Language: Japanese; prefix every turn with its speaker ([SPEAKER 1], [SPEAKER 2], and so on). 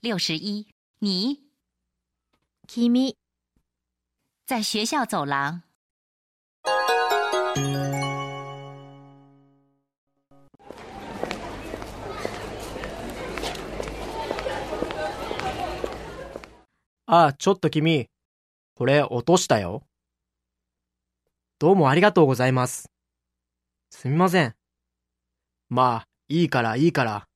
[SPEAKER 1] 六十一，你
[SPEAKER 2] 君、
[SPEAKER 1] 在学校走廊。
[SPEAKER 3] ああ、ちょっと君、これ落としたよ。どうもありがとうございます。すみません。まあ、いいからいいから。